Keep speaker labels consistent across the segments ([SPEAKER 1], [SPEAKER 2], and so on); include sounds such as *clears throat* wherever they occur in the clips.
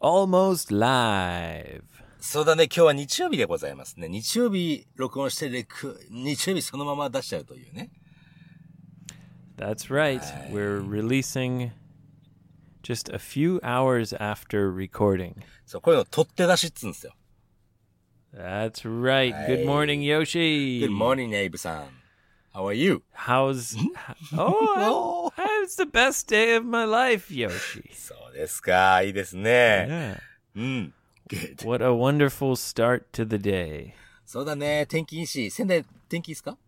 [SPEAKER 1] Almost live.
[SPEAKER 2] そうだね、今日は日曜日でございますね。日曜日録音してレク、日曜日そのまま出しちゃうというね。
[SPEAKER 1] That's right. We're releasing just a few hours after recording.
[SPEAKER 2] そう、こういうの取って出しっつうんですよ。
[SPEAKER 1] That's right. Good morning, Yoshi.
[SPEAKER 2] Good morning, ネイブさん。How are you?
[SPEAKER 1] *laughs* How's *laughs* Oh, I- it's the best day of my life, Yoshi.
[SPEAKER 2] そうですか、いいですね。
[SPEAKER 1] Yeah.
[SPEAKER 2] うん。Good.
[SPEAKER 1] What a wonderful start to the day.
[SPEAKER 2] そうだね、天気いいし、仙台天気いいっすか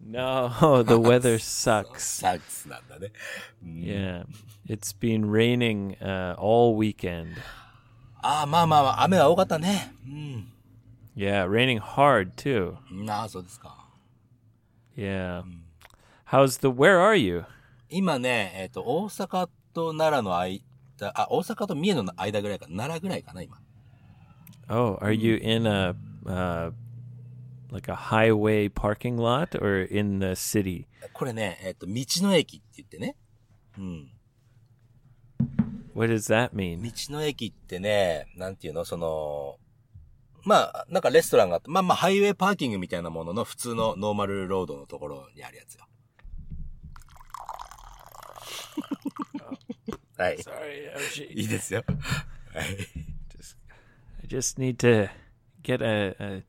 [SPEAKER 1] No, *laughs* the weather sucks.
[SPEAKER 2] サックスなんだね。
[SPEAKER 1] Yeah. It's been raining uh, all weekend.
[SPEAKER 2] ああ、まあまあまあ、雨は多かったね。うん。
[SPEAKER 1] Yeah, raining hard too.
[SPEAKER 2] うんああ、そうですか。
[SPEAKER 1] Yeah. How's the where are you?
[SPEAKER 2] 今ね、えっ、と、大阪と奈良の間、あ、大阪と三重の間ぐらいか、奈良ぐらいかな、今。
[SPEAKER 1] Oh, are you in a uh, like a highway parking lot or in the city?
[SPEAKER 2] これね、えっ、と、道の駅って言ってね。うん。
[SPEAKER 1] What does that mean?
[SPEAKER 2] 道の駅ってね、なんていうの、その、まあ、なんかレストランがあって、まあまあ、ハイウェイパーキングみたいなものの普通のノーマルロードのところにあるやつ *laughs* よ。はい。
[SPEAKER 1] Sorry,
[SPEAKER 2] いいですよ。はい。
[SPEAKER 1] I just need to get a, a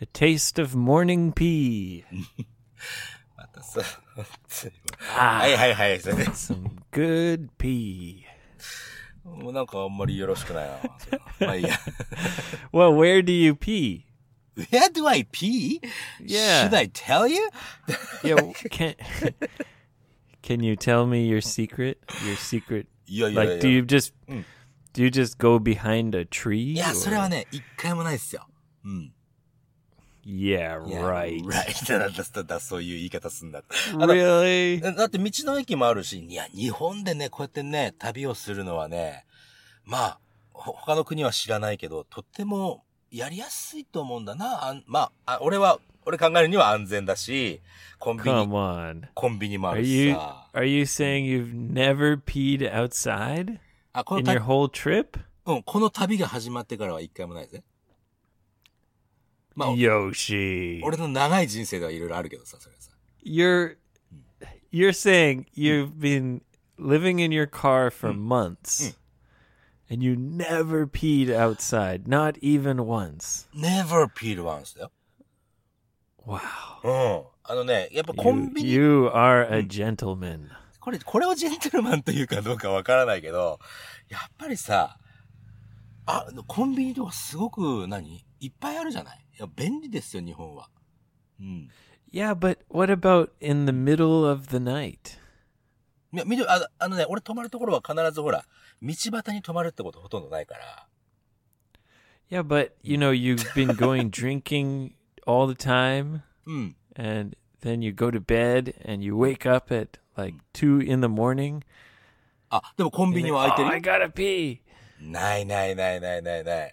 [SPEAKER 1] a taste of morning pea.
[SPEAKER 2] またさ、本当に
[SPEAKER 1] Ah,
[SPEAKER 2] はいはいはい、それで。
[SPEAKER 1] some good pea.
[SPEAKER 2] もうなんかあんまりよろしくないな。それは *laughs* まあいいや。
[SPEAKER 1] Well, where do you pee?
[SPEAKER 2] Where do I pee?
[SPEAKER 1] Yeah.
[SPEAKER 2] Should I tell you?
[SPEAKER 1] Yeah, w- can *laughs* can you tell me your secret? Your secret?
[SPEAKER 2] いやいやいや。
[SPEAKER 1] Like, do you just do you just go behind a tree?
[SPEAKER 2] いや、それ
[SPEAKER 1] or-
[SPEAKER 2] はね、一回もないですよ。うん。
[SPEAKER 1] Yeah,
[SPEAKER 2] いや *laughs*
[SPEAKER 1] right.
[SPEAKER 2] Right. だ、だ、だ、だ、そういう言い方すんだ。あの *laughs*
[SPEAKER 1] Really?
[SPEAKER 2] だって道の駅もあるし、いや、日本でね、こうやってね、旅をするのはね、まあ、ほ他の国は知らないけど、とってもやりやすいと思うんだな。あんまあ、あ俺は、俺考えるには安全だし、コンビ
[SPEAKER 1] Come
[SPEAKER 2] ニ、
[SPEAKER 1] on.
[SPEAKER 2] コンビニもあ
[SPEAKER 1] Are
[SPEAKER 2] るし
[SPEAKER 1] you
[SPEAKER 2] さ。
[SPEAKER 1] are you saying you've never peed outside
[SPEAKER 2] あ、この
[SPEAKER 1] in
[SPEAKER 2] た
[SPEAKER 1] your whole trip?
[SPEAKER 2] うん、この旅が始まってからは一回もないぜ。まあ、
[SPEAKER 1] Yoshi.
[SPEAKER 2] 俺の長い人生ではいろいろあるけどさ、それはさ。
[SPEAKER 1] You're you're saying you've been living in your car for months and you never peed outside, not even once.
[SPEAKER 2] never peel once だよ。
[SPEAKER 1] Wow.
[SPEAKER 2] うん。あのね、やっぱコ
[SPEAKER 1] You,
[SPEAKER 2] ンビニ、
[SPEAKER 1] you are a gentleman.
[SPEAKER 2] これ、これをジェントルマンというかどうかわからないけど、やっぱりさ、あ、コンビニとかすごく何、いっぱいあるじゃないいや、便利ですよ、日本は。うん。
[SPEAKER 1] Yeah, but what about in the middle of the night?
[SPEAKER 2] いや、見てああのね、俺泊まるところは必ずほら、道端に泊まるってことほとんどないから。
[SPEAKER 1] Yeah, but you know, you've been going drinking all the time,
[SPEAKER 2] うん。
[SPEAKER 1] and then you go to bed and you wake up at like two in the morning.
[SPEAKER 2] あ、でもコン
[SPEAKER 1] and
[SPEAKER 2] ビ
[SPEAKER 1] you
[SPEAKER 2] ニ
[SPEAKER 1] think,
[SPEAKER 2] は
[SPEAKER 1] oh,
[SPEAKER 2] 空
[SPEAKER 1] I
[SPEAKER 2] いてる
[SPEAKER 1] gotta pee.
[SPEAKER 2] ないないないないないない。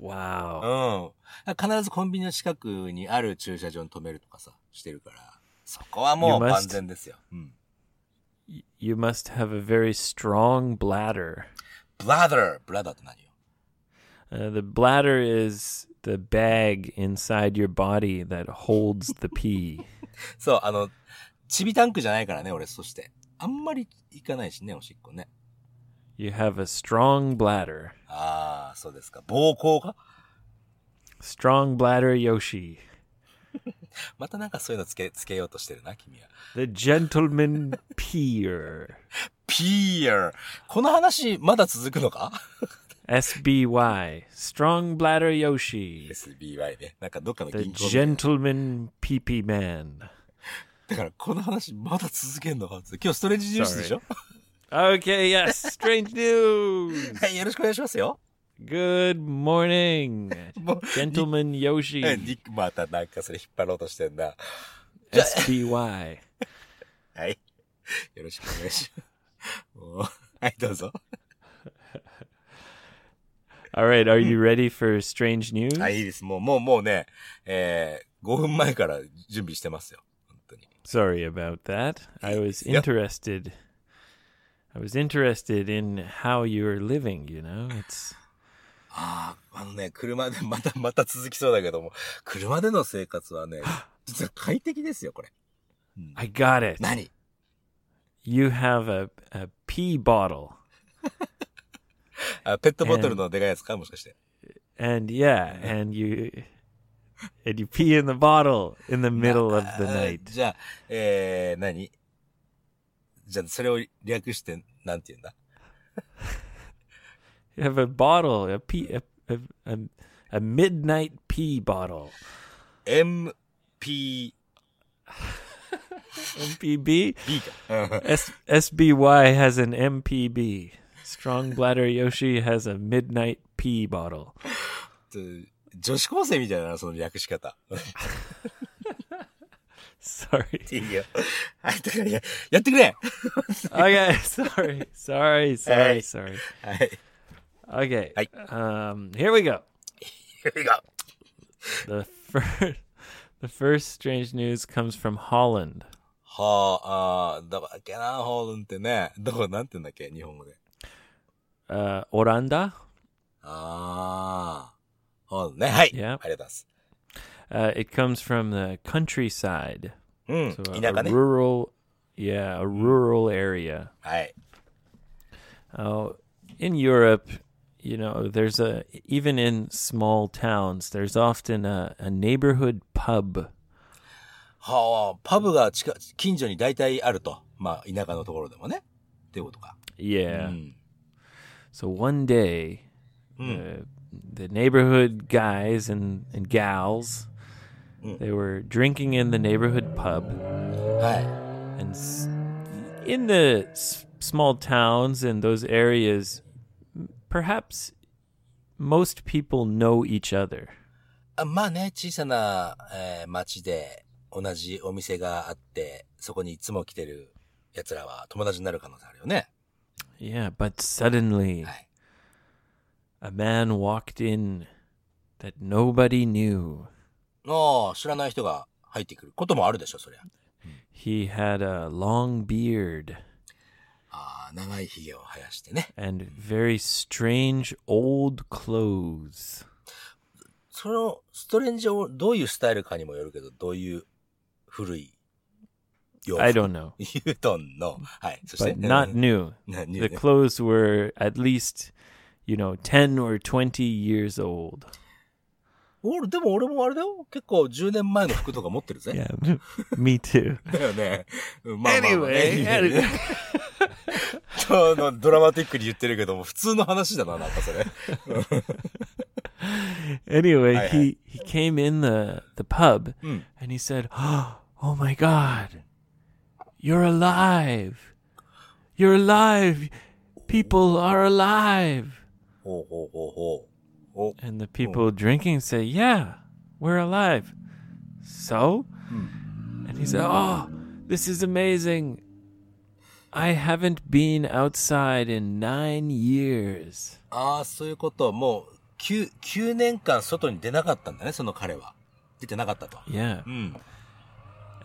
[SPEAKER 2] う
[SPEAKER 1] Wow.
[SPEAKER 2] ん。必ずコンビニの近くにある駐車場に止めるとかさ、してるから。そこはも
[SPEAKER 1] You
[SPEAKER 2] う
[SPEAKER 1] must-
[SPEAKER 2] 万全ですよ。うん。
[SPEAKER 1] Y- You must have a very strong bladder.
[SPEAKER 2] ブラダー、ブラダーって何よ
[SPEAKER 1] Uh, the bladder is the bag inside your body that holds the pee.
[SPEAKER 2] そう、あの、チビタンクじゃないからね、俺、そして。あんまり行かないしね、おしっこね。
[SPEAKER 1] You have a strong bladder.
[SPEAKER 2] ああ、そうですか。膀胱か
[SPEAKER 1] Strong bladder Yoshi.
[SPEAKER 2] またなんかそういうのつけ、つけようとしてるな、君は。
[SPEAKER 1] The gentleman peer.
[SPEAKER 2] ピールこの話、まだ続くのか
[SPEAKER 1] SBY, Strong Bladder Yoshi,
[SPEAKER 2] ?SBY ね。なんかどっかの
[SPEAKER 1] the
[SPEAKER 2] 銀行みたいな
[SPEAKER 1] Gentleman Pee Pee Man.
[SPEAKER 2] だから、この話、まだ続けんのかって今日ストレッチ重視でしょ
[SPEAKER 1] Okay, yes, strange news.
[SPEAKER 2] はい、よろしくお願いしますよ。
[SPEAKER 1] Good morning,
[SPEAKER 2] もう
[SPEAKER 1] Gentleman
[SPEAKER 2] え
[SPEAKER 1] Yoshi,
[SPEAKER 2] にまたなんかそれ引っ張ろうとしてんな。
[SPEAKER 1] SBY.
[SPEAKER 2] はい。よろしくお願いします。もうはい、どうぞ。
[SPEAKER 1] All right, are you ready for strange news?
[SPEAKER 2] はい、いいです。もう、もう、もうね、えー、5分前から準備してますよ。本当に。
[SPEAKER 1] Sorry about that. I was
[SPEAKER 2] Yep.
[SPEAKER 1] interested. I was interested in how you were living, you know? It's
[SPEAKER 2] ああ、あのね、車で、また、また続きそうだけども、車での生活はね、実は快適ですよ、これ。うん、
[SPEAKER 1] I got it.
[SPEAKER 2] 何
[SPEAKER 1] You have a a pee bottle.
[SPEAKER 2] あペットボトルのでかいやつかもしかして。
[SPEAKER 1] And yeah, and you and you pee in the bottle in the middle of the
[SPEAKER 2] あー
[SPEAKER 1] night.
[SPEAKER 2] じゃあ、えー、何じゃあ、それを略して、なんて言うんだ
[SPEAKER 1] You have a bottle, a pee a a, a, a midnight pee bottle.
[SPEAKER 2] ?MP、
[SPEAKER 1] MPB?
[SPEAKER 2] B か。
[SPEAKER 1] S- SBY has an MPB. Strong Bladder Yoshi has a midnight pee bottle. *laughs*
[SPEAKER 2] うん女子高生みたいだな、その略し方。 *laughs*
[SPEAKER 1] Sorry.
[SPEAKER 2] いいよ。はい、だからや、やってくれ
[SPEAKER 1] Okay, sorry. Sorry, sorry,
[SPEAKER 2] right.
[SPEAKER 1] sorry.
[SPEAKER 2] *laughs* はい。
[SPEAKER 1] Okay.
[SPEAKER 2] Hey.
[SPEAKER 1] Um here we go.
[SPEAKER 2] Here we go.
[SPEAKER 1] The first *laughs* the first strange news comes from Holland.
[SPEAKER 2] はあ、あーだわけな、ホールンってね。どこ、なんて言うんだっけ、日本語で。
[SPEAKER 1] Uh Oranda?
[SPEAKER 2] ああ、ホールンね。は
[SPEAKER 1] Yeah.
[SPEAKER 2] い。ありがとうございます。
[SPEAKER 1] Uh, it comes from the countryside.
[SPEAKER 2] う
[SPEAKER 1] So
[SPEAKER 2] ん。
[SPEAKER 1] a,
[SPEAKER 2] 田舎
[SPEAKER 1] a
[SPEAKER 2] ね。
[SPEAKER 1] rural yeah, a rural area.
[SPEAKER 2] はい。
[SPEAKER 1] Oh, in Europe, you know, there's a even in small towns, there's often a, a neighborhood pub.
[SPEAKER 2] はあ、パブが近、近所に大体あると。まあ、田舎のところでもね。っていうことか。う
[SPEAKER 1] Yeah.
[SPEAKER 2] ん。
[SPEAKER 1] Mm. So one day, uh, the neighborhood guys and, and gals, they were drinking in the neighborhood pub,
[SPEAKER 2] は
[SPEAKER 1] and s- in the s- small towns and those areas, m- perhaps most people know each other.
[SPEAKER 2] い。あまあね、小さな、えー町で同じお店があって、そこにいつも来てる奴らは友達になる可能性あるよね。
[SPEAKER 1] Yeah, but suddenly.
[SPEAKER 2] はい。
[SPEAKER 1] A man walked in that nobody knew.
[SPEAKER 2] ああ、知らない人が入ってくることもあるでしょ、そりゃ。
[SPEAKER 1] He had a long beard
[SPEAKER 2] ああ、長い髭を生やしてね。
[SPEAKER 1] and very strange old clothes.
[SPEAKER 2] そのストレンジをどういうスタイルかにもよるけど、どういう古い洋
[SPEAKER 1] I don't know,
[SPEAKER 2] ユートンの。はい。そして、
[SPEAKER 1] but not new.
[SPEAKER 2] な
[SPEAKER 1] The clothes were at least, you know, 10 or 20 years old.
[SPEAKER 2] 俺、でも俺もあれだよ。結構10年前の服とか持ってるぜ。
[SPEAKER 1] *laughs* Yeah, me too.
[SPEAKER 2] だよね。うんまあまあまあね
[SPEAKER 1] Anyway,
[SPEAKER 2] いいね
[SPEAKER 1] anyway.
[SPEAKER 2] ちょっとドラマティックに言ってるけども、普通の話だな、なんかそれ。
[SPEAKER 1] *laughs* anyway,
[SPEAKER 2] Aye,
[SPEAKER 1] he, he came in the, the pub
[SPEAKER 2] Mm.
[SPEAKER 1] and he said, Oh my God, you're alive. You're alive. People are alive.
[SPEAKER 2] ほうほうほうほう。お
[SPEAKER 1] And the people drinking say, Yeah, we're alive. So? And he said, Oh, this is amazing. I haven't been outside in nine years.
[SPEAKER 2] ああ、そういうこと。もう、9、9年間外に出なかったんだね、その彼は。出てなかったと。
[SPEAKER 1] Yeah.
[SPEAKER 2] うん。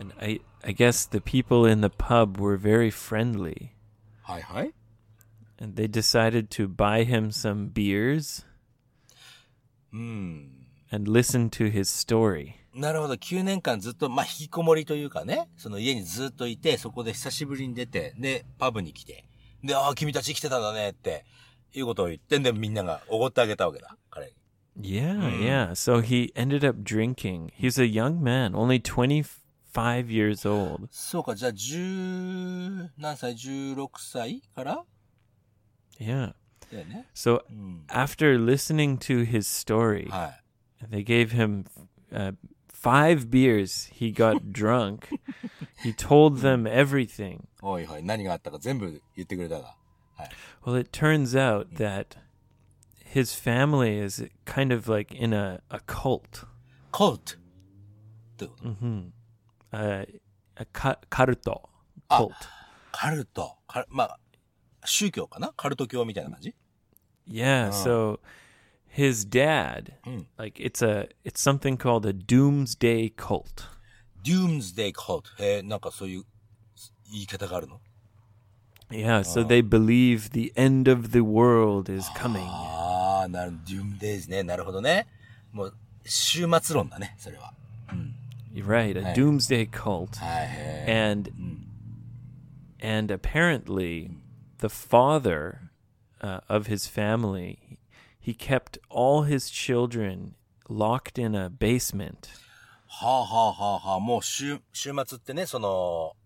[SPEAKER 1] And I, I guess the people in the pub were very friendly.
[SPEAKER 2] はいはい。
[SPEAKER 1] And they decided to buy him some beers
[SPEAKER 2] うん。
[SPEAKER 1] and listen to his story.
[SPEAKER 2] なるほど。9年間ずっと、まあ、引きこもりというかね、その家にずっといて、そこで久しぶりに出て、で、パブに来て、で、ああ、君たち生きてたんだね、って、いうことを言って、で、みんながおごってあげたわけだ、彼に。
[SPEAKER 1] Yeah, Mm. yeah. So he ended up drinking. He's a young man, only 25 years old.
[SPEAKER 2] そうか、じゃあ、十、何歳 ?16 歳から
[SPEAKER 1] Yeah.
[SPEAKER 2] だよね。
[SPEAKER 1] So
[SPEAKER 2] うん。
[SPEAKER 1] after listening to his story,
[SPEAKER 2] はい。
[SPEAKER 1] they gave him uh, five beers. He *laughs* got drunk. He told them everything.
[SPEAKER 2] おいおい、何があったか全部言ってくれたが。はい。
[SPEAKER 1] Well, it turns out that his family is kind of like in a, a cult.
[SPEAKER 2] コートどういうこと
[SPEAKER 1] Uh, a ca- carto
[SPEAKER 2] Ah.
[SPEAKER 1] cult.
[SPEAKER 2] カルト。カルまあ、宗教かなカルト教みたいな感じ
[SPEAKER 1] Yeah, so his dad,
[SPEAKER 2] Mm.
[SPEAKER 1] like it's a it's something called a doomsday cult.
[SPEAKER 2] Doomsday Cult。へえ、なんかそういう言い方があるの
[SPEAKER 1] Yeah, so they believe the end of the world is coming.
[SPEAKER 2] Ah. ああ、なる、ドゥームデイズね。なるほどね。もう、終末論だね、それは。
[SPEAKER 1] You're right, a
[SPEAKER 2] Hey.
[SPEAKER 1] doomsday cult.
[SPEAKER 2] はいはい。
[SPEAKER 1] And and apparently the father uh, of his family, he kept all his children locked in a basement.
[SPEAKER 2] はあはあはあはあ、もう週、週末ってね、その、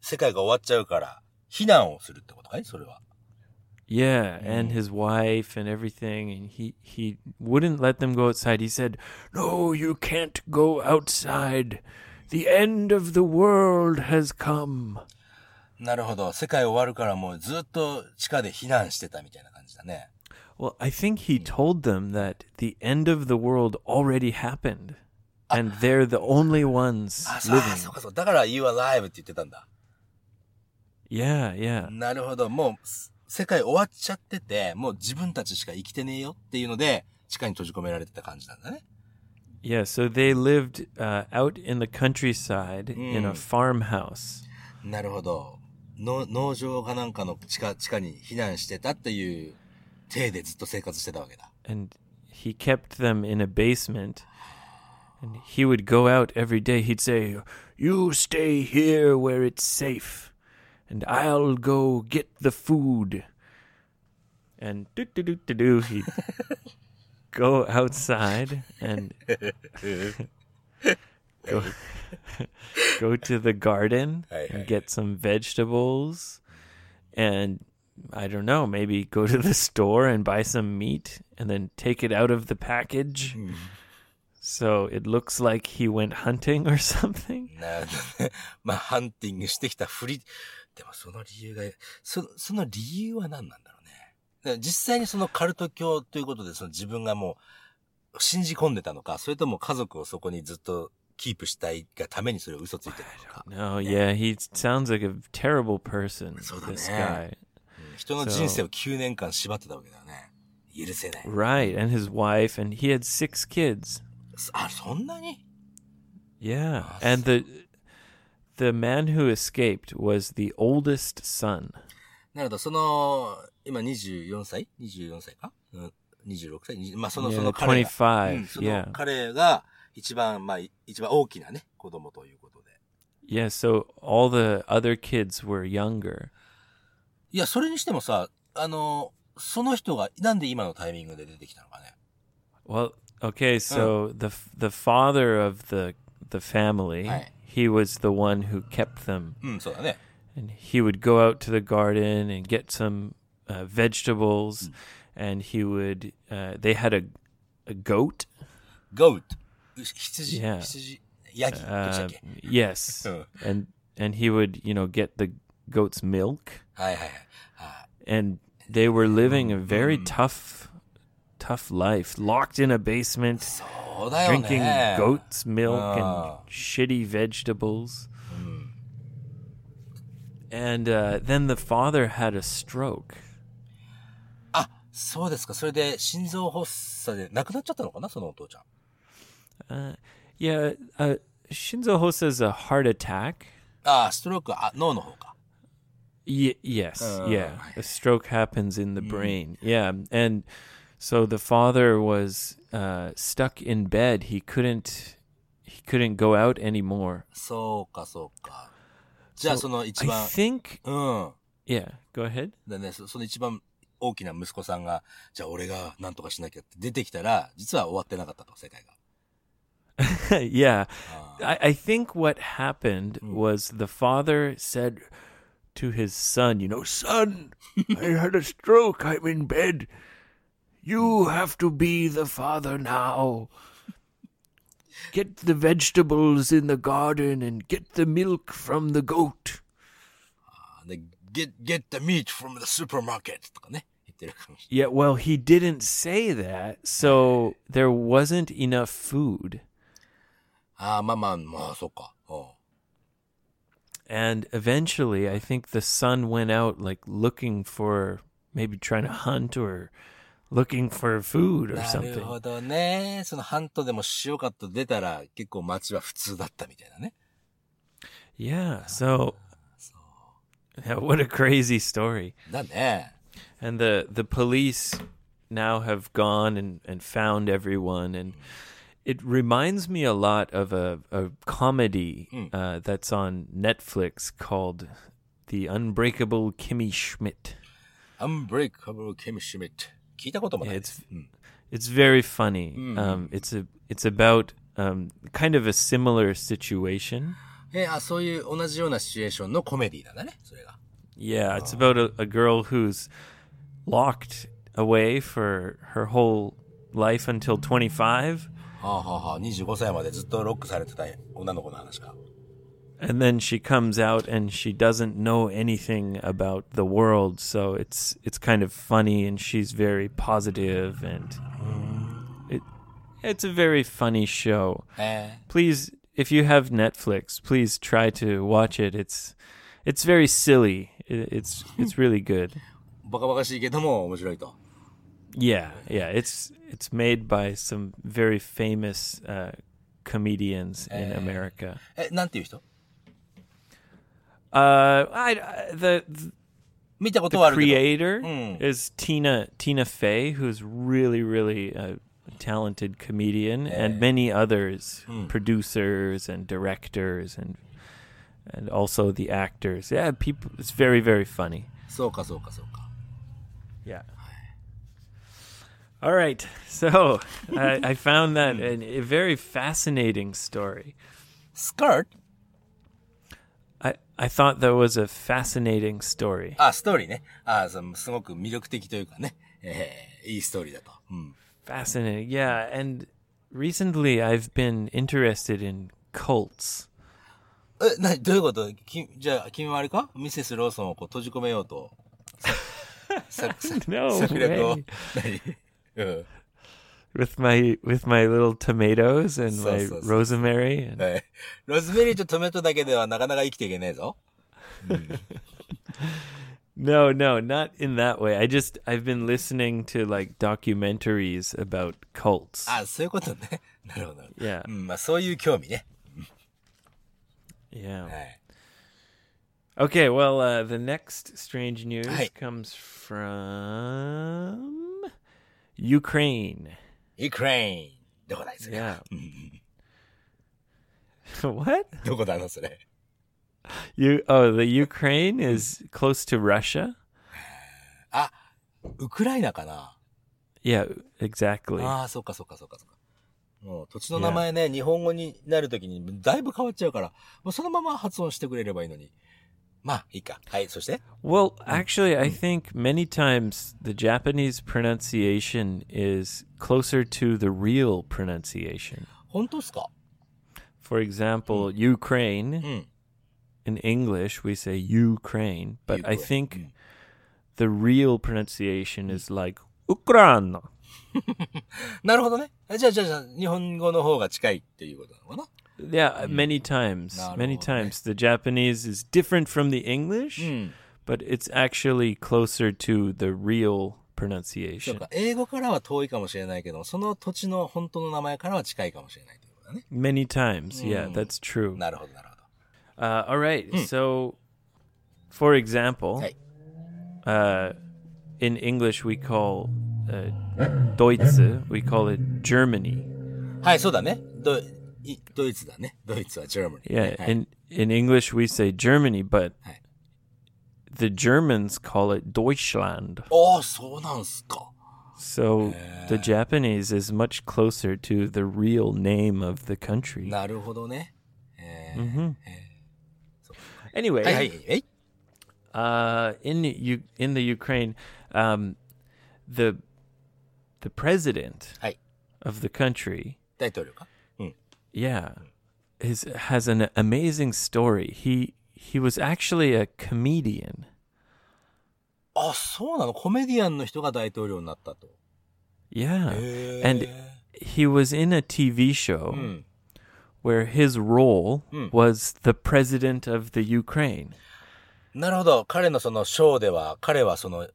[SPEAKER 2] 世界が終わっちゃうから、避難をするってことかいそれは。
[SPEAKER 1] Yeah, and his wife and everything, and he he wouldn't let them go outside. He said, "No, you can't go outside. The end of the world has come."
[SPEAKER 2] なるほど。世界終わるからもうずっと地下で避難してたみたいな感じだね。
[SPEAKER 1] Well, I think he told them that the end of the world already happened, and they're the only ones
[SPEAKER 2] あ、そう、あ
[SPEAKER 1] living.
[SPEAKER 2] そうかそう。だから You are live って言ってたんだ。
[SPEAKER 1] Yeah, yeah,
[SPEAKER 2] なるほど。もう、す世界終わっちゃってて、もう自分たちしか生きてねえよっていうので、地下に閉じ込められてた感じなんだね。
[SPEAKER 1] yeah. So they lived uh, out in the countryside in a
[SPEAKER 2] Mm.
[SPEAKER 1] farmhouse.
[SPEAKER 2] なるほど。の農場かなんかの地下、地下に避難してたっていう、体でずっと生活してたわけだ。
[SPEAKER 1] and he kept them in a basement. And he would go out every day. He'd say, You stay here where it's safe, and I'll go get the food. And do do do do do, he'd go outside and *laughs* go, *laughs* go to the garden
[SPEAKER 2] Hey, hey,
[SPEAKER 1] and get some vegetables. And I don't know, maybe go to the *laughs* store and buy some meat and then take it out of the package. So it looks like he went hunting or *laughs* something.
[SPEAKER 2] なるほどね。 *laughs* まあ、ハンティングしてきたふり。でも、その理由が、そ、その理由は何なんだろうね。だから実際にそのカルト教ということで、その自分がもう、信じ込んでたのか、それとも家族をそこにずっとキープしたいがためにそれを嘘ついてるのか。
[SPEAKER 1] No, yeah, he sounds like a terrible person,
[SPEAKER 2] So the
[SPEAKER 1] this
[SPEAKER 2] man.
[SPEAKER 1] guy.
[SPEAKER 2] うん人の人生を9年間縛ってたわけだよね。許せない。
[SPEAKER 1] Right, and his wife, and he had six kids.
[SPEAKER 2] あ、そんなに
[SPEAKER 1] Yeah, and the the man who escaped was the oldest son.
[SPEAKER 2] なるほど、その、今24歳 ?24 歳か、うん、?26 歳20まあ、その、
[SPEAKER 1] Yeah,
[SPEAKER 2] その彼が。
[SPEAKER 1] 25
[SPEAKER 2] うんその
[SPEAKER 1] yeah.
[SPEAKER 2] 彼が、一番、まあ、い一番大きなね、子供ということで。
[SPEAKER 1] Yeah, so all the other kids were younger.
[SPEAKER 2] いや、それにしてもさ、あの、その人が、なんで今のタイミングで出てきたのかね。
[SPEAKER 1] Well, okay, so the f- the father of the the family,
[SPEAKER 2] Aye.
[SPEAKER 1] he was the one who kept them,
[SPEAKER 2] うん、そうだね。
[SPEAKER 1] and he would go out to the garden and get some uh, vegetables, and he would. Uh, they had a a goat.
[SPEAKER 2] goat。羊、
[SPEAKER 1] Yeah.
[SPEAKER 2] 羊、ヤギ、どっちだ
[SPEAKER 1] Uh,
[SPEAKER 2] っけ
[SPEAKER 1] yes,
[SPEAKER 2] Oh.
[SPEAKER 1] and and he would you know get the goat's milk,
[SPEAKER 2] はいはいはい。はい
[SPEAKER 1] and they were living a very tough tough life, locked in a basement.
[SPEAKER 2] そうだよ
[SPEAKER 1] drinking
[SPEAKER 2] ね。
[SPEAKER 1] goat's milk
[SPEAKER 2] Ah.
[SPEAKER 1] and shitty vegetables. And uh, then the father had a stroke.
[SPEAKER 2] あ、そうですか。それで、心臓発作で亡くなっちゃったのかな、そのお父ちゃん。
[SPEAKER 1] Uh, yeah, uh, Shinzo Hosa's a heart attack.
[SPEAKER 2] あストローク、あ、脳の方か。
[SPEAKER 1] Y- yes,
[SPEAKER 2] Ah.
[SPEAKER 1] yeah. A stroke happens in the brain. Yeah. And so the father was uh, stuck in bed. He couldn't he couldn't go out anymore.
[SPEAKER 2] そうか、そうか。じゃあ、その一
[SPEAKER 1] I
[SPEAKER 2] 番、
[SPEAKER 1] think
[SPEAKER 2] うん。
[SPEAKER 1] yeah, go ahead.
[SPEAKER 2] でね、そその一番大きな息子さんが、じゃあ俺が何とかしなきゃって出てきたら、実は終わってなかったと、世界が。
[SPEAKER 1] *laughs* yeah. I, I think what happened was the father said to his son, you know, son, I had a stroke. I'm in bed. You have to be the father now. Get the vegetables in the garden and get the milk from the goat.
[SPEAKER 2] で、get, get the meat from the supermarket とかね、言ってるかもし
[SPEAKER 1] Yeah, well, he didn't say that, so there wasn't enough food.
[SPEAKER 2] れない。ああ、まあまあ、まあ、そうか。うん。
[SPEAKER 1] And eventually, I think the son went out like looking for maybe trying to hunt or looking for food or
[SPEAKER 2] なるほ
[SPEAKER 1] something.
[SPEAKER 2] どね。その半島でも塩カット出たら、結構街は普通だったみたいなね。
[SPEAKER 1] Yeah. So Yeah, what a crazy story.
[SPEAKER 2] だね。
[SPEAKER 1] And the the police now have gone and, and found everyone and it reminds me a lot of a, a comedy uh, that's on Netflix called The Unbreakable Kimmy Schmidt.
[SPEAKER 2] Unbreakable Kim Schmidt。聞いたこともないです。うん
[SPEAKER 1] It's very funny. Um, it's a it's about um, kind of a similar situation.
[SPEAKER 2] えーあ、そういう同じようなシチュエーションのコメディなんだね、それが。
[SPEAKER 1] Yeah, it's about a, a girl who's locked away for her whole life until 25,
[SPEAKER 2] はあはあはあ、25歳までずっとロックされてた女の子の話か。
[SPEAKER 1] and then she comes out and she doesn't know anything about the world. So it's it's kind of funny, and she's very positive, and it it's a very funny show.
[SPEAKER 2] え
[SPEAKER 1] Please, if you have Netflix, please try to watch it. It's it's very silly. It, it's it's really good.
[SPEAKER 2] ー、バカバカしいけども面白いと。
[SPEAKER 1] Yeah, yeah. It's it's made by some very famous uh, comedians in America.
[SPEAKER 2] え、なんていう人
[SPEAKER 1] Uh, I, I- the the
[SPEAKER 2] 見たことはあるけ
[SPEAKER 1] creator is Tina Tina Fey, who's really really a talented comedian, and many others, producers and directors and and also the actors. Yeah, people. It's very very funny.
[SPEAKER 2] ど。そうかそうかそうか。
[SPEAKER 1] Yeah. All right. So I, I found that an, a very fascinating story.
[SPEAKER 2] スカート
[SPEAKER 1] I, I thought that was a fascinating story.
[SPEAKER 2] あ、ストーリーね。あ、そのすごく魅力的というかね。えーいいストーリーだと。うん。
[SPEAKER 1] Fascinating. Yeah. And recently I've been interested in
[SPEAKER 2] *laughs*
[SPEAKER 1] cults.
[SPEAKER 2] え、なに、どういうこときじゃあ、君はあれかミセス・ローソンをこう閉じ込めようと。さ、さ、
[SPEAKER 1] *laughs* No
[SPEAKER 2] 策略を
[SPEAKER 1] way.。
[SPEAKER 2] *laughs* 何うん。
[SPEAKER 1] With my with my little tomatoes and
[SPEAKER 2] So,
[SPEAKER 1] my
[SPEAKER 2] so, Uh, so.
[SPEAKER 1] rosemary and
[SPEAKER 2] はいロズメリーとトメトだけではなかなか生きていけねえぞ。
[SPEAKER 1] No, no, not in that way. I just I've been listening to like documentaries about cults.
[SPEAKER 2] あ、そういうことね。 *laughs* なるほど。なるほど
[SPEAKER 1] Yeah.
[SPEAKER 2] うん、まあそういう興味ね。
[SPEAKER 1] Yeah.
[SPEAKER 2] はい。
[SPEAKER 1] Okay, well, uh, the next strange news
[SPEAKER 2] Hi.
[SPEAKER 1] comes from Ukraine.
[SPEAKER 2] イクレイン。どこだいそれ。
[SPEAKER 1] Yeah.
[SPEAKER 2] *laughs* Mm-hmm.
[SPEAKER 1] *laughs* what?
[SPEAKER 2] どこだのそれ。
[SPEAKER 1] You? Oh, the Ukraine is close to Russia.
[SPEAKER 2] ウクライナかな
[SPEAKER 1] Yeah, exactly.
[SPEAKER 2] ああ、そっかそっかそっかそっか。もう土地の名前ね、日本語になるときにだいぶ変わっちゃうから、もうそのまま発音してくれればいいのに。まあ、いいか。はい、そして。
[SPEAKER 1] Well, actually, I think many times the Japanese pronunciation is closer to the real pronunciation.
[SPEAKER 2] 本当っすか
[SPEAKER 1] For example, Ukraine.
[SPEAKER 2] Mm.
[SPEAKER 1] In English, we say Ukraine, but I
[SPEAKER 2] Ukraine, Hmm.
[SPEAKER 1] think the real pronunciation is like Ukraine.
[SPEAKER 2] なるほどね。あじゃあ、じゃあ、じゃあ、日本語の方が近いっていうことなのかな
[SPEAKER 1] Yeah, many times,
[SPEAKER 2] Not
[SPEAKER 1] many
[SPEAKER 2] all, right.
[SPEAKER 1] times the Japanese is different from the English,
[SPEAKER 2] Hmm.
[SPEAKER 1] but it's actually closer to the real
[SPEAKER 2] そう
[SPEAKER 1] pronunciation.
[SPEAKER 2] か。英語からは遠いかもしれないけど、その土地の本当の名前からは近いかもしれないということだね。
[SPEAKER 1] Many times, yeah, that's true.
[SPEAKER 2] なるほど、なるほど。
[SPEAKER 1] Uh, all right. So, for example,
[SPEAKER 2] Hey.
[SPEAKER 1] uh, in English we call uh, Deutsche, we call it Germany.
[SPEAKER 2] はい、そうだね。ドイドイツだね。ドイツはジェーマニー、
[SPEAKER 1] Yeah.
[SPEAKER 2] はい
[SPEAKER 1] In in English we say Germany, but
[SPEAKER 2] Hey.
[SPEAKER 1] the Germans call it Deutschland.
[SPEAKER 2] ああ、そうなんすか。
[SPEAKER 1] So the Japanese is much closer to the real name of the country.
[SPEAKER 2] なるほどね。えー
[SPEAKER 1] Anyway,
[SPEAKER 2] はいはい。えい
[SPEAKER 1] uh, in you in the Ukraine, um, the the president
[SPEAKER 2] はい。
[SPEAKER 1] of the country,
[SPEAKER 2] 大統領か
[SPEAKER 1] yeah, is has an amazing story. He he was actually a comedian.
[SPEAKER 2] あ、そうなのコメディアンの人が大統領になったと。
[SPEAKER 1] Yeah,
[SPEAKER 2] へ
[SPEAKER 1] and he was in a TV show
[SPEAKER 2] ん
[SPEAKER 1] where his role was the president of the Ukraine.
[SPEAKER 2] なるほど。彼のそのショーでは、彼はその、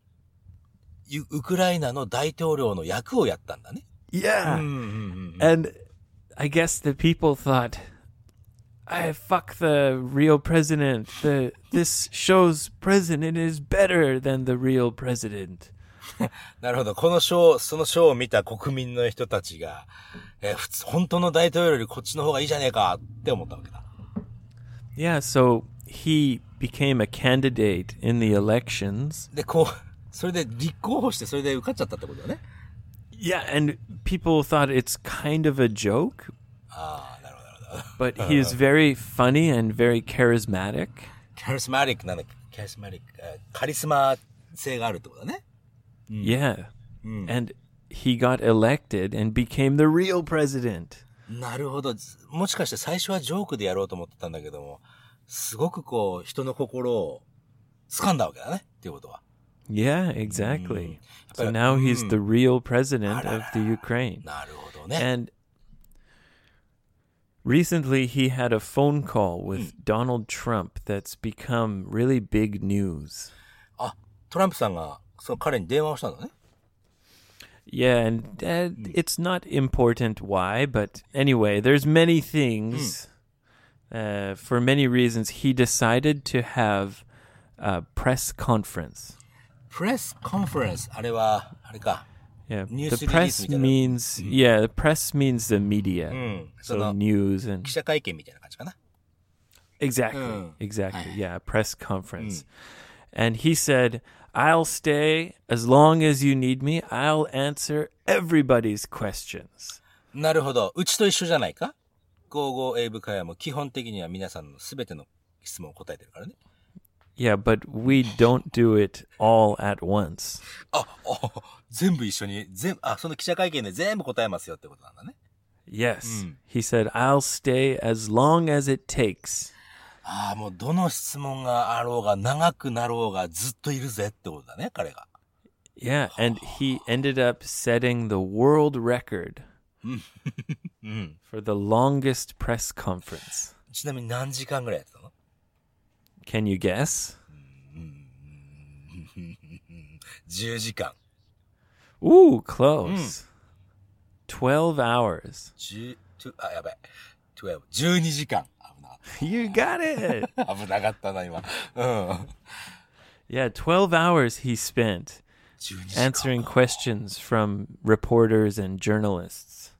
[SPEAKER 2] ゆウクライナの大統領の役をやったんだね。
[SPEAKER 1] Yeah,
[SPEAKER 2] うんうんうん。
[SPEAKER 1] and I guess the people thought, I fuck the real president. The this show's president is better than the real president.
[SPEAKER 2] なるほど。このショー、そのショーを見た国民の人たちが、えー普通、本当の大統領よりこっちの方がいいじゃねえかって思ったわけだ。
[SPEAKER 1] Yeah, so he became a candidate in the elections.
[SPEAKER 2] で、こう、それで立候補して、それで受かっちゃったってことだね。
[SPEAKER 1] Yeah, and people thought it's kind of a joke,
[SPEAKER 2] ああ、なるほど、なるほど。
[SPEAKER 1] but he is very funny and very charismatic.
[SPEAKER 2] カリスマリックなんだっけカリスマリック、えーカリスマ性があるってことだね。
[SPEAKER 1] Yeah. And he got elected and became the real president.
[SPEAKER 2] なるほど。ずもしかして最初はジョークでやろうと思ってたんだけども、すごくこう、人の心を掴んだわけだね。っていうことは。
[SPEAKER 1] Yeah, exactly. So
[SPEAKER 2] But-
[SPEAKER 1] now he's the real president of the Ukraine.
[SPEAKER 2] なるほどね。
[SPEAKER 1] And recently he had a phone call with Donald Trump that's become really big news.
[SPEAKER 2] あ、トランプさんが、その彼に電話をしたんだね。
[SPEAKER 1] Yeah, and uh, it's not important why, but anyway, there's many things. Uh, for many reasons, he decided to have a press conference.
[SPEAKER 2] プレスコンフェレンス。あれは、あれか。
[SPEAKER 1] Yeah,
[SPEAKER 2] News
[SPEAKER 1] the
[SPEAKER 2] release
[SPEAKER 1] press
[SPEAKER 2] みたいな。
[SPEAKER 1] means yeah, the press means the media,
[SPEAKER 2] うん。そ
[SPEAKER 1] so
[SPEAKER 2] の、
[SPEAKER 1] news and
[SPEAKER 2] 記者会見みたいな感じかな。
[SPEAKER 1] Exactly.
[SPEAKER 2] Mm.
[SPEAKER 1] Exactly. Yeah, a press conference. And he said, "I'll stay as long as you need me. I'll answer everybody's questions."
[SPEAKER 2] なるほど。うちと一緒じゃないか ?55 英語会話も基本的には皆さんの全ての質問を答えてるからね。
[SPEAKER 1] Yeah, but we don't do it all at once.
[SPEAKER 2] あ、あ、全部一緒に、全あ、その記者会見で全部答えますよってことなんだね。
[SPEAKER 1] Yes. He said, "I'll stay as long as it takes."
[SPEAKER 2] ああ、もうどの質問があろうが、長くなろうが、ずっといるぜってことだね、彼が。
[SPEAKER 1] Yeah, and he ended up setting the world record for the longest press conference.
[SPEAKER 2] ちなみに何時間ぐらいやってたの
[SPEAKER 1] Can you guess?
[SPEAKER 2] ?10 時間。
[SPEAKER 1] Ooh, close. 12 hours.
[SPEAKER 2] 10、10あ、やばい。12、12時間。危な
[SPEAKER 1] *laughs*
[SPEAKER 2] か
[SPEAKER 1] You got it.
[SPEAKER 2] った。危なかったな、今。うん。
[SPEAKER 1] *laughs* yeah, 12 hours he spent
[SPEAKER 2] 12時間。
[SPEAKER 1] answering questions from reporters and journalists.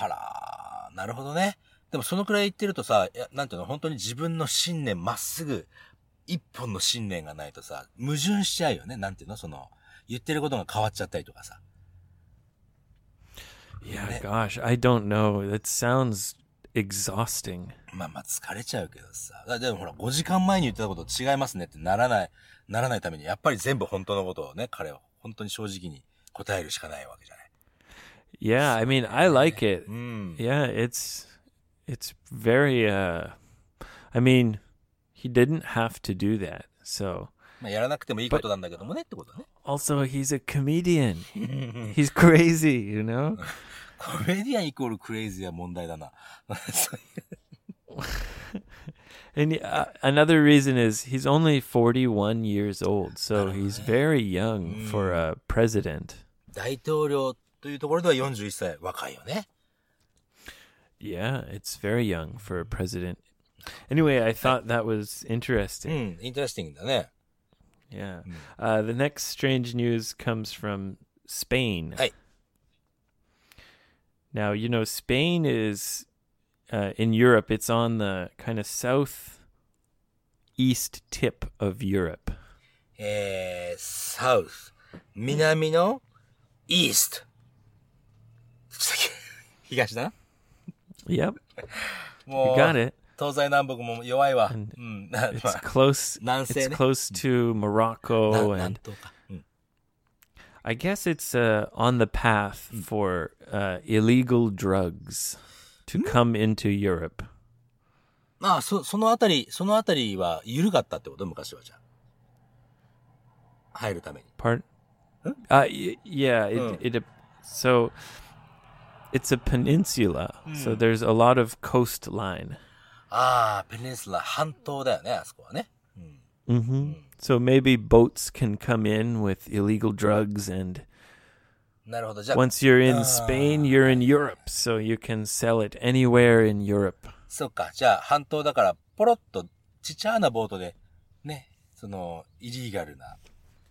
[SPEAKER 2] あらー、なるほどね。でもそのくらい言ってるとさ、いやなんていうの、本当に自分の信念まっすぐ、一本の信念がないとさ、矛盾しちゃうよね。なんていうの、その、言ってることが変わっちゃったりとかさ。
[SPEAKER 1] Yeah, gosh, I don't know. That sounds exhausting.
[SPEAKER 2] まあまあ疲れちゃうけどさ。だでもほら、5時間前に言ってたこと違いますねってならない、ならないために、やっぱり全部本当のことをね、彼は本当に正直に答えるしかないわけじゃない。
[SPEAKER 1] Yeah, I mean, I like it.
[SPEAKER 2] うん。
[SPEAKER 1] Yeah, it's it's very uh I mean, he didn't have to do that. So,
[SPEAKER 2] まあやらなくてもいいことなんだけどもねってことね。
[SPEAKER 1] also he's a *laughs* comedian. he's crazy, you know?
[SPEAKER 2] コメディアンイコールクレイジーは問題だな。 *laughs* そういう
[SPEAKER 1] And uh, another reason is he's only 41 years old, so he's very young for a president.
[SPEAKER 2] 大統領というところでは41歳若いよね。
[SPEAKER 1] Yeah, it's very young for a president. Anyway, I thought that was
[SPEAKER 2] う
[SPEAKER 1] interesting.
[SPEAKER 2] ん、インタラスティングだね。
[SPEAKER 1] Yeah. Uh, the next strange news comes from Spain.
[SPEAKER 2] Hey.
[SPEAKER 1] Now, you know, Spain is uh, in Europe, it's on the kind of south east tip of Europe.
[SPEAKER 2] えー、サウス。南のイースト。東だな。
[SPEAKER 1] Yep, you
[SPEAKER 2] もう、
[SPEAKER 1] got it.
[SPEAKER 2] 東西南北も弱いわ。
[SPEAKER 1] And
[SPEAKER 2] うん。まあ
[SPEAKER 1] It's close.
[SPEAKER 2] Nansen.
[SPEAKER 1] It's close to Morocco,
[SPEAKER 2] な南
[SPEAKER 1] and
[SPEAKER 2] 東か。うん。
[SPEAKER 1] I guess it's uh, on the path for uh, illegal drugs to come into Europe.
[SPEAKER 2] まあ、そ、そのあたり、そのあたりは緩かったってこと昔はじゃあ。入るために。
[SPEAKER 1] Part. Uh, y- yeah. It, it. So it's a peninsula. So there's a lot of coastline.
[SPEAKER 2] ああ、ペニンスラ、半島だよね、あそこはね。
[SPEAKER 1] hmm So maybe boats can come in with illegal drugs, and
[SPEAKER 2] なるほど。じゃあ、
[SPEAKER 1] once you're in Spain, you're in Europe. So you can sell it anywhere in Europe.
[SPEAKER 2] そっか、じゃあ半島だから、ポロッとちっちゃなボートで、ね、その、イリーガルな、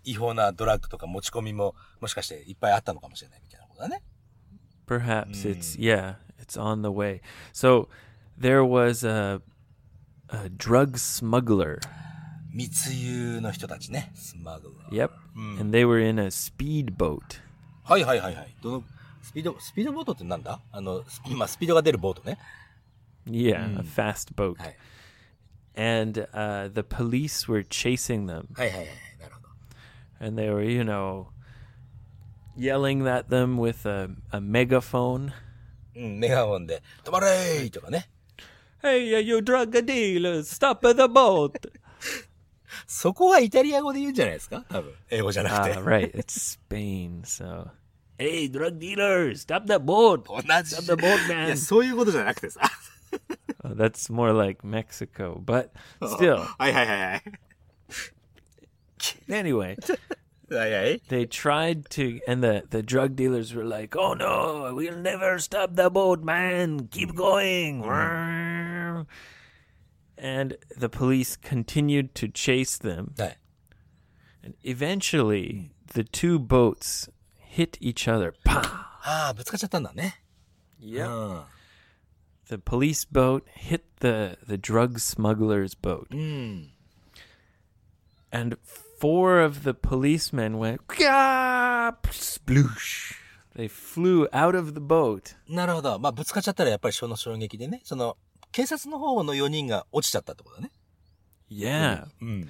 [SPEAKER 2] 違法なドラッグとか持ち込みも、もしかしていっぱいあったのかもしれないみたいなことだね。
[SPEAKER 1] Perhaps it's
[SPEAKER 2] Mm.
[SPEAKER 1] yeah, it's on the way. So there was a, a drug smuggler.
[SPEAKER 2] 密輸の人たちね、スマグル。
[SPEAKER 1] Yep,
[SPEAKER 2] Mm.
[SPEAKER 1] and they were in a speedboat.
[SPEAKER 2] はいはいはいはい。どの、スピード、スピードボートってなんだあの、ス今スピードが出るボートね。
[SPEAKER 1] Yeah, a fast boat,
[SPEAKER 2] はい。
[SPEAKER 1] and uh, the police were chasing them,
[SPEAKER 2] はいはいはい。なるほど。
[SPEAKER 1] and they were you know yelling at them with a, a megaphone.
[SPEAKER 2] うん、メガホンで、止まれーとかね。
[SPEAKER 1] Hey, you drug dealers, stop the boat!
[SPEAKER 2] そこはイタリア語で言うんじゃないですか多分。英語じゃなくて
[SPEAKER 1] *laughs* ah,。right, it's Spain, so. Hey, drug dealers, stop the boat!
[SPEAKER 2] 同じ。
[SPEAKER 1] Stop the boat,
[SPEAKER 2] い
[SPEAKER 1] man!
[SPEAKER 2] や、そういうことじゃなくてさ。 *laughs*
[SPEAKER 1] Uh, that's more like Mexico, but still.
[SPEAKER 2] はいはいはいはい。
[SPEAKER 1] Anyway,
[SPEAKER 2] はいはい。
[SPEAKER 1] they tried to, and the, the drug dealers were like, "Oh no, we'll never stop the boat, man! Keep going!" And the police continued to chase them,
[SPEAKER 2] はい。
[SPEAKER 1] and eventually the two boats hit each other. Pah!
[SPEAKER 2] ああ、ぶつかっちゃったんだね。
[SPEAKER 1] Yep.
[SPEAKER 2] うん。
[SPEAKER 1] The police boat hit the the drug smuggler's boat,
[SPEAKER 2] うん。
[SPEAKER 1] and four of the policemen went "Gah!" sploosh. They flew out of the boat.
[SPEAKER 2] なるほど。まあ、ぶつかっちゃったらやっぱりその衝撃でね、その、警察の方の4人が落ちちゃったってことだね。
[SPEAKER 1] Yeah,
[SPEAKER 2] うん。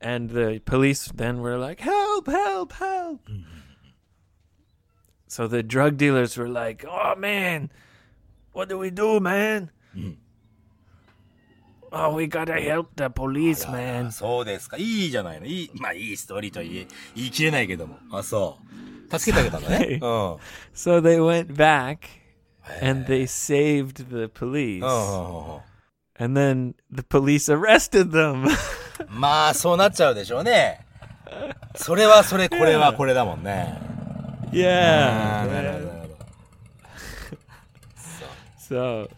[SPEAKER 1] and the police then were like, "Help! Help! Help!" So the drug dealers were like, "Oh man, what do we do, man? Oh, we gotta help the police,
[SPEAKER 2] あ
[SPEAKER 1] man."
[SPEAKER 2] そうですか。いいじゃないの。いい、まあ、いいストーリーとは言え、言い切れないけども。あ、そう。助けてあげたのね。うん。
[SPEAKER 1] So they went back and they saved the police.
[SPEAKER 2] うんうんうん。
[SPEAKER 1] And then the police arrested them. *laughs*
[SPEAKER 2] まあ、そうなっちゃうでしょうね。それはそれ、これはこれだもんね。ああ、なるほ
[SPEAKER 1] yeah.
[SPEAKER 2] ど、なるほど。
[SPEAKER 1] So,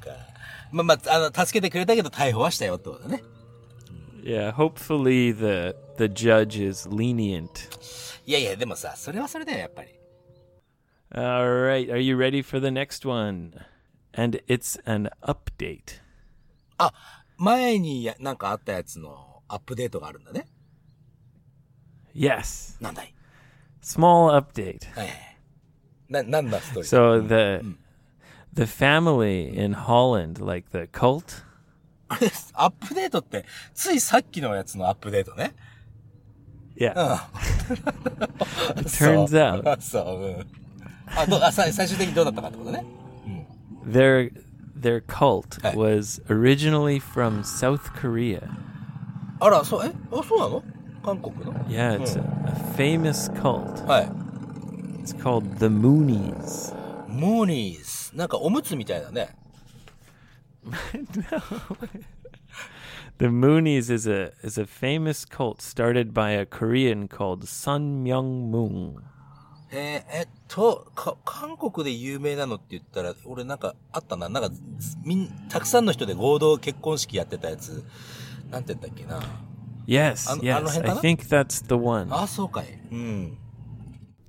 [SPEAKER 2] まあまあ、あの、助けてくれたけど逮捕はしたよってことだね。
[SPEAKER 1] yeah, hopefully the the judge is lenient.
[SPEAKER 2] いやいや、でもさ、それはそれだよ、やっぱり。
[SPEAKER 1] All right, are you ready for the next one? And it's an update.
[SPEAKER 2] あ、前にやなんかあったやつのアップデートがあるんだね。
[SPEAKER 1] Yes.
[SPEAKER 2] なんだい
[SPEAKER 1] Small update.
[SPEAKER 2] はいはいはい。な、なんだストーリー
[SPEAKER 1] So the the family in Holland, like the cult,
[SPEAKER 2] あれ、 *laughs* アップデートって、ついさっきのやつのアップデートね。う
[SPEAKER 1] yeah,
[SPEAKER 2] ん。
[SPEAKER 1] turns out
[SPEAKER 2] *laughs* そう、うん。あ、どう、あ、さ最終的にどうだったかってことね。
[SPEAKER 1] Their their cult
[SPEAKER 2] Hey.
[SPEAKER 1] was originally from South Korea.
[SPEAKER 2] あら、そう、えあ、そうなの韓国の
[SPEAKER 1] Yeah, it's a, a famous cult.
[SPEAKER 2] はい。
[SPEAKER 1] It's called the Moonies. *laughs*
[SPEAKER 2] モーニーズ。なんかおむつみたいだね。
[SPEAKER 1] The Moonies is a is a famous cult started by a Korean called Sun Myung Moon.
[SPEAKER 2] えーえっと、か、韓国で有名なのって言ったら、俺なんかあったな。なんか、みん、たくさんの人で合同結婚式やってたやつ。なんて言ったっけな。
[SPEAKER 1] Yes,
[SPEAKER 2] Ano-
[SPEAKER 1] yes,
[SPEAKER 2] ano-
[SPEAKER 1] I think that's the one.
[SPEAKER 2] あ、そうかい。うん。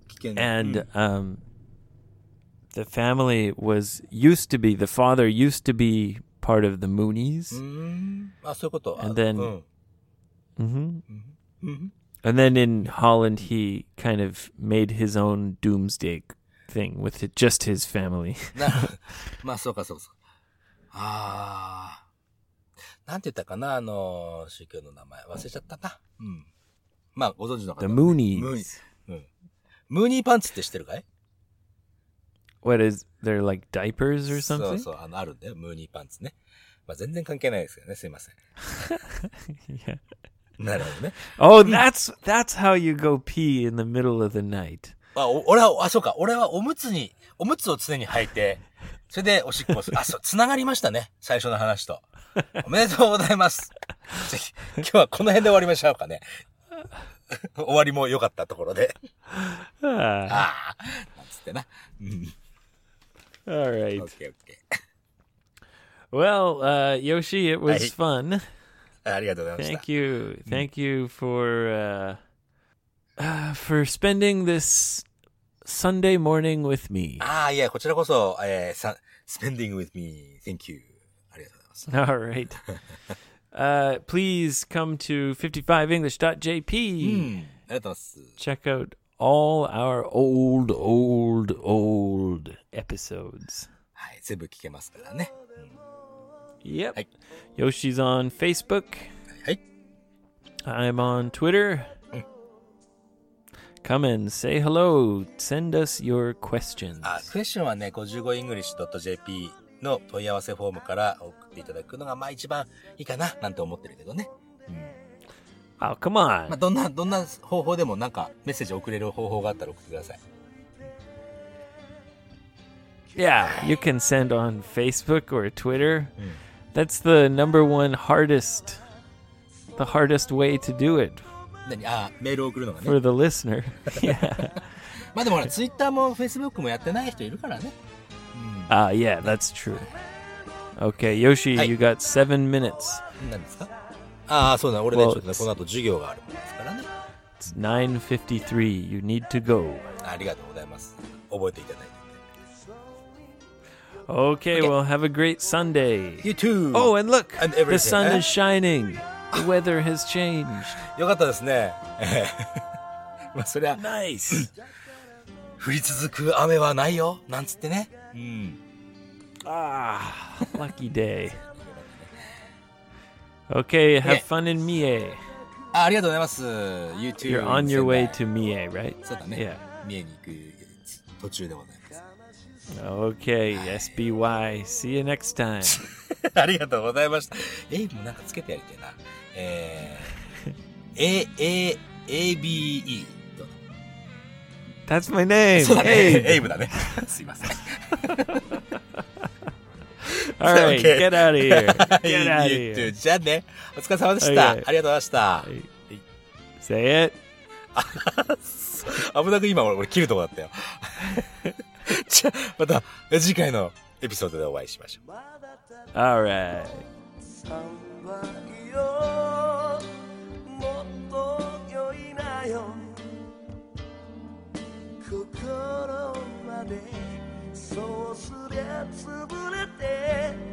[SPEAKER 2] 危険だ
[SPEAKER 1] And um, the family was used to be the father used to be part of the Moonies.
[SPEAKER 2] うーん。あ、そういうこと。あ
[SPEAKER 1] And then-
[SPEAKER 2] うん。
[SPEAKER 1] hmm And then in Holland, he kind of made his own doomsday thing with it, just his family. *laughs*
[SPEAKER 2] な *laughs* まあ、そうか、そうかそうか。あー。なんて言ったかな、あのー、宗教の名前。忘れちゃったな。うん。まあ、ご存知の方
[SPEAKER 1] The
[SPEAKER 2] は。ムーニ
[SPEAKER 1] Moonies.
[SPEAKER 2] うん。ムーニーパンツって知ってるかい
[SPEAKER 1] What is they're like diapers or
[SPEAKER 2] そう
[SPEAKER 1] something?
[SPEAKER 2] そう、あの、あるんだよ。ムーニーパンツね。まあ、全然関係ないですけどね。すいま
[SPEAKER 1] *laughs*
[SPEAKER 2] せん。
[SPEAKER 1] yeah.
[SPEAKER 2] なるほどね。
[SPEAKER 1] Oh, that's that's how you go pee in the middle of the night.
[SPEAKER 2] あ、お俺は、あ、そうか。俺はおむつに、おむつを常に履いて、それでおしっこをする。あ、そう、繋がりましたね。最初の話と。おめでとうございます。ぜひ、今日はこの辺で終わりましょうかね。終わりも良かったところで。
[SPEAKER 1] Ah,
[SPEAKER 2] ああ、なんつってな。うん。
[SPEAKER 1] all right.
[SPEAKER 2] オッケーオッケー。
[SPEAKER 1] Well, uh, Yoshi, it was
[SPEAKER 2] Hey.
[SPEAKER 1] fun.
[SPEAKER 2] ありがとうございました。
[SPEAKER 1] Thank you. Thank you for uh, uh, for spending this Sunday morning with me.
[SPEAKER 2] ああ、いや、こちらこそ、えー、さ、spending with me. Thank you. ありがとうございます。
[SPEAKER 1] *laughs* All right. Uh, please come to 55english.jp.
[SPEAKER 2] うん。ありがとうございます。
[SPEAKER 1] Check out all our old, old, old episodes.
[SPEAKER 2] はい、全部聞けますからね。
[SPEAKER 1] Yep.
[SPEAKER 2] Hey.
[SPEAKER 1] Yoshi's on Facebook.
[SPEAKER 2] はい。
[SPEAKER 1] I'm on Twitter. Come and say hello. Send us your questions.
[SPEAKER 2] あ、クエスチョンはね、55english.jp の問い合わせフォームから送っていただくのが、まあ一番いいかな、なんて思ってるけどね。
[SPEAKER 1] Oh, come
[SPEAKER 2] まあ
[SPEAKER 1] on.
[SPEAKER 2] どんな、どんな方法でもなんかメッセージ送れる方法があったら送ってください。Ah.
[SPEAKER 1] Yeah, you can send on Facebook or Twitter.
[SPEAKER 2] Hmm.
[SPEAKER 1] That's the number one hardest, the hardest way to do it
[SPEAKER 2] 何あ、メールを送るのがね。
[SPEAKER 1] for the
[SPEAKER 2] *laughs*
[SPEAKER 1] listener. *laughs* yeah.
[SPEAKER 2] まあでもほら、ツイッターもフェイスブックもやってない人いるからね。
[SPEAKER 1] Ah, yeah, that's true. Okay, Yoshi,
[SPEAKER 2] Hey.
[SPEAKER 1] you got seven minutes.
[SPEAKER 2] 何ですかああ、そうだ、俺ね、ちょ
[SPEAKER 1] Well,
[SPEAKER 2] っとね、
[SPEAKER 1] it's-
[SPEAKER 2] この後授業があるもんですからね。
[SPEAKER 1] It's 9:53. You need to go.
[SPEAKER 2] ありがとうございます。覚えていただい
[SPEAKER 1] Okay,
[SPEAKER 2] Okay.
[SPEAKER 1] well, have a great Sunday.
[SPEAKER 2] て。You too!
[SPEAKER 1] Oh, and look,
[SPEAKER 2] And
[SPEAKER 1] the
[SPEAKER 2] everything,
[SPEAKER 1] sun
[SPEAKER 2] eh?
[SPEAKER 1] is shining. *sighs* The weather has changed.
[SPEAKER 2] よかったですね。ええ *laughs* まあ、そりゃ、
[SPEAKER 1] *clears throat* Nice.
[SPEAKER 2] 降り続く雨はないよ、なんつってね。うん。
[SPEAKER 1] ah, lucky day. *laughs* Okay, have
[SPEAKER 2] Yeah.
[SPEAKER 1] fun in Mie.
[SPEAKER 2] あありがとうございます。You too.
[SPEAKER 1] You're on your way
[SPEAKER 2] 仙
[SPEAKER 1] to Mie, right?
[SPEAKER 2] 台そうだ
[SPEAKER 1] Yeah.
[SPEAKER 2] ね。三重に行く途中でございます。 *laughs*
[SPEAKER 1] Okay, SBY. See you next time.
[SPEAKER 2] ありがとうございました。エイブもなんかつけてやりたいな。え
[SPEAKER 1] *laughs*
[SPEAKER 2] ー、A、A、ABE。
[SPEAKER 1] *laughs* That's my name.
[SPEAKER 2] そうだね。
[SPEAKER 1] Hey. *laughs*
[SPEAKER 2] エイブだね。 *laughs* すいません。
[SPEAKER 1] All right,
[SPEAKER 2] *laughs* Okay.
[SPEAKER 1] get out of *laughs* here. Get out of
[SPEAKER 2] You too.
[SPEAKER 1] here.
[SPEAKER 2] じゃあね。お疲れ様でした。あ
[SPEAKER 1] Okay.
[SPEAKER 2] りがとうございました。
[SPEAKER 1] Say it.
[SPEAKER 2] 危なく今俺、俺切るとこ
[SPEAKER 1] *laughs*
[SPEAKER 2] だったよ。じゃあ、また次回のエピソードでお会いしましょう。
[SPEAKER 1] All right.
[SPEAKER 3] 三倍よもっと酔いなよ心までそうすりゃ潰れて